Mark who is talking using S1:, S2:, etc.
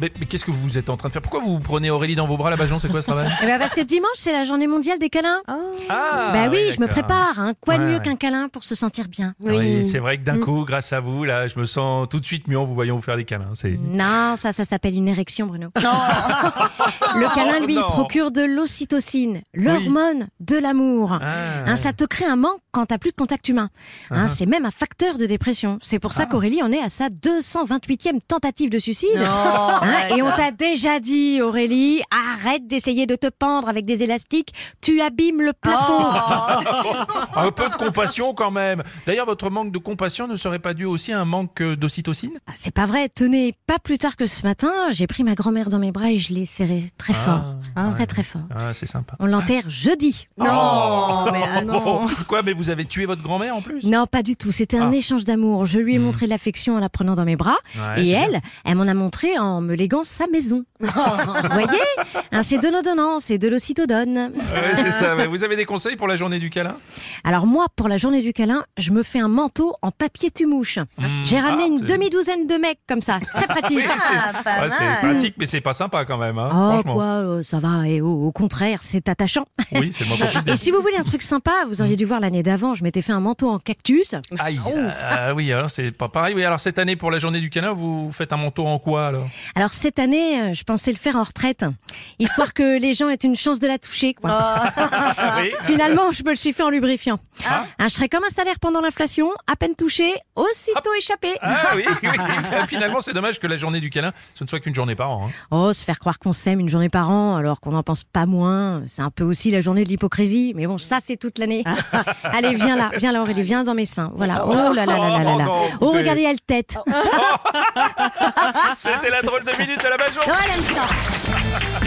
S1: Mais, mais qu'est-ce que vous êtes en train de faire Pourquoi vous prenez Aurélie dans vos bras, la Bajon C'est quoi ce travail
S2: Eh ben parce que dimanche, c'est la journée mondiale des câlins.
S1: Ah
S2: bah oui, je me
S1: d'accord.
S2: prépare. Hein. Quoi de
S1: Ouais,
S2: mieux
S1: ouais.
S2: qu'un câlin pour se sentir bien
S1: Oui, c'est vrai que
S2: Mm.
S1: d'un coup, grâce à vous, là, je me sens tout de suite mieux en vous voyant vous faire des câlins. C'est
S2: Non, ça, ça s'appelle une érection, Bruno. Le câlin, lui,
S1: Oh, non.
S2: procure de l'ocytocine, l'hormone de l'amour.
S1: Ah.
S2: Hein, ça te crée un manque quand t'as plus de contact humain. Hein, C'est même un facteur de dépression. C'est pour
S1: Ah.
S2: ça qu'Aurélie en est à sa 228e tentative de suicide. Hein, et on t'a déjà dit, Aurélie, arrête d'essayer de te pendre avec des élastiques. Tu abîmes le plafond.
S1: Oh. un peu de compassion quand même. D'ailleurs, votre manque de compassion ne serait pas dû aussi à un manque euh, d'ocytocine
S2: Ah, C'est pas vrai, tenez, pas plus tard que ce matin, j'ai pris ma grand-mère dans mes bras et je l'ai serrée très fort. Très très fort.
S1: Ah, c'est sympa. Oh.
S2: On l'enterre jeudi.
S1: 哦
S3: Non, mais ah non.
S1: Quoi Mais vous avez tué votre grand-mère en plus
S2: Non, pas du tout, c'était un
S1: Ah. Hmm.
S2: échange d'amour. Je lui ai montré l'affection en la prenant dans mes bras
S1: Ouais,
S2: et
S1: c'est
S2: elle,
S1: bien.
S2: elle m'en a montré en me léguant sa maison. Vous voyez Hein, C'est donnant-donnant, c'est de l'ocytodone.
S1: Ouais, c'est ça. ouais. Vous avez des conseils pour la journée du câlin
S2: Alors moi, pour la journée du câlin, je me fais un manteau en papier tumouche. J'ai ramené
S1: Ah,
S2: une
S1: c'est-
S2: demi-douzaine de mecs comme ça, c'est très pratique.
S1: Oui, c'est
S3: pas
S1: ouais, c'est
S3: mal.
S1: pratique, mais c'est pas sympa quand même. hein,
S2: Oh
S1: franchement.
S2: quoi, euh, ça va, et au- au contraire, c'est attachant.
S1: Oui, c'est le moins qu'on puisse dire.
S2: Et si vous voulez un truc sympa, vous auriez dû voir l'année d'avant, je m'étais fait un manteau en cactus.
S1: Aïe, euh, oui, alors c'est pas pareil. Oui, alors cette année pour la journée du câlin, vous faites un manteau en quoi alors
S2: Alors cette année, euh, je pensais le faire en retraite, histoire que les gens aient une chance de la toucher. Quoi.
S1: Ah. Oui.
S2: Finalement, je me le suis fait en lubrifiant.
S1: Ah.
S2: Hein, je serais comme un salaire pendant l'inflation, à peine touché, aussitôt échappé.
S1: Ah oui, oui. finalement c'est dommage que la journée du câlin, ce ne soit qu'une journée par an. hein.
S2: Oh, se faire croire qu'on s'aime une journée par an, alors qu'on n'en pense pas moins, c'est un peu aussi la journée de l'hypocrisie. Mais bon, ça c'est toute l'année.
S1: Ah.
S2: Allez, viens là, viens là Aurélie, viens dans mes seins. Voilà. Oh là là là là là là.
S1: Oh, non,
S2: Oh,
S1: écoutez.
S2: regardez, elle tête. Oh,
S1: C'était la drôle de minute de la Bajon
S2: elle aime ça.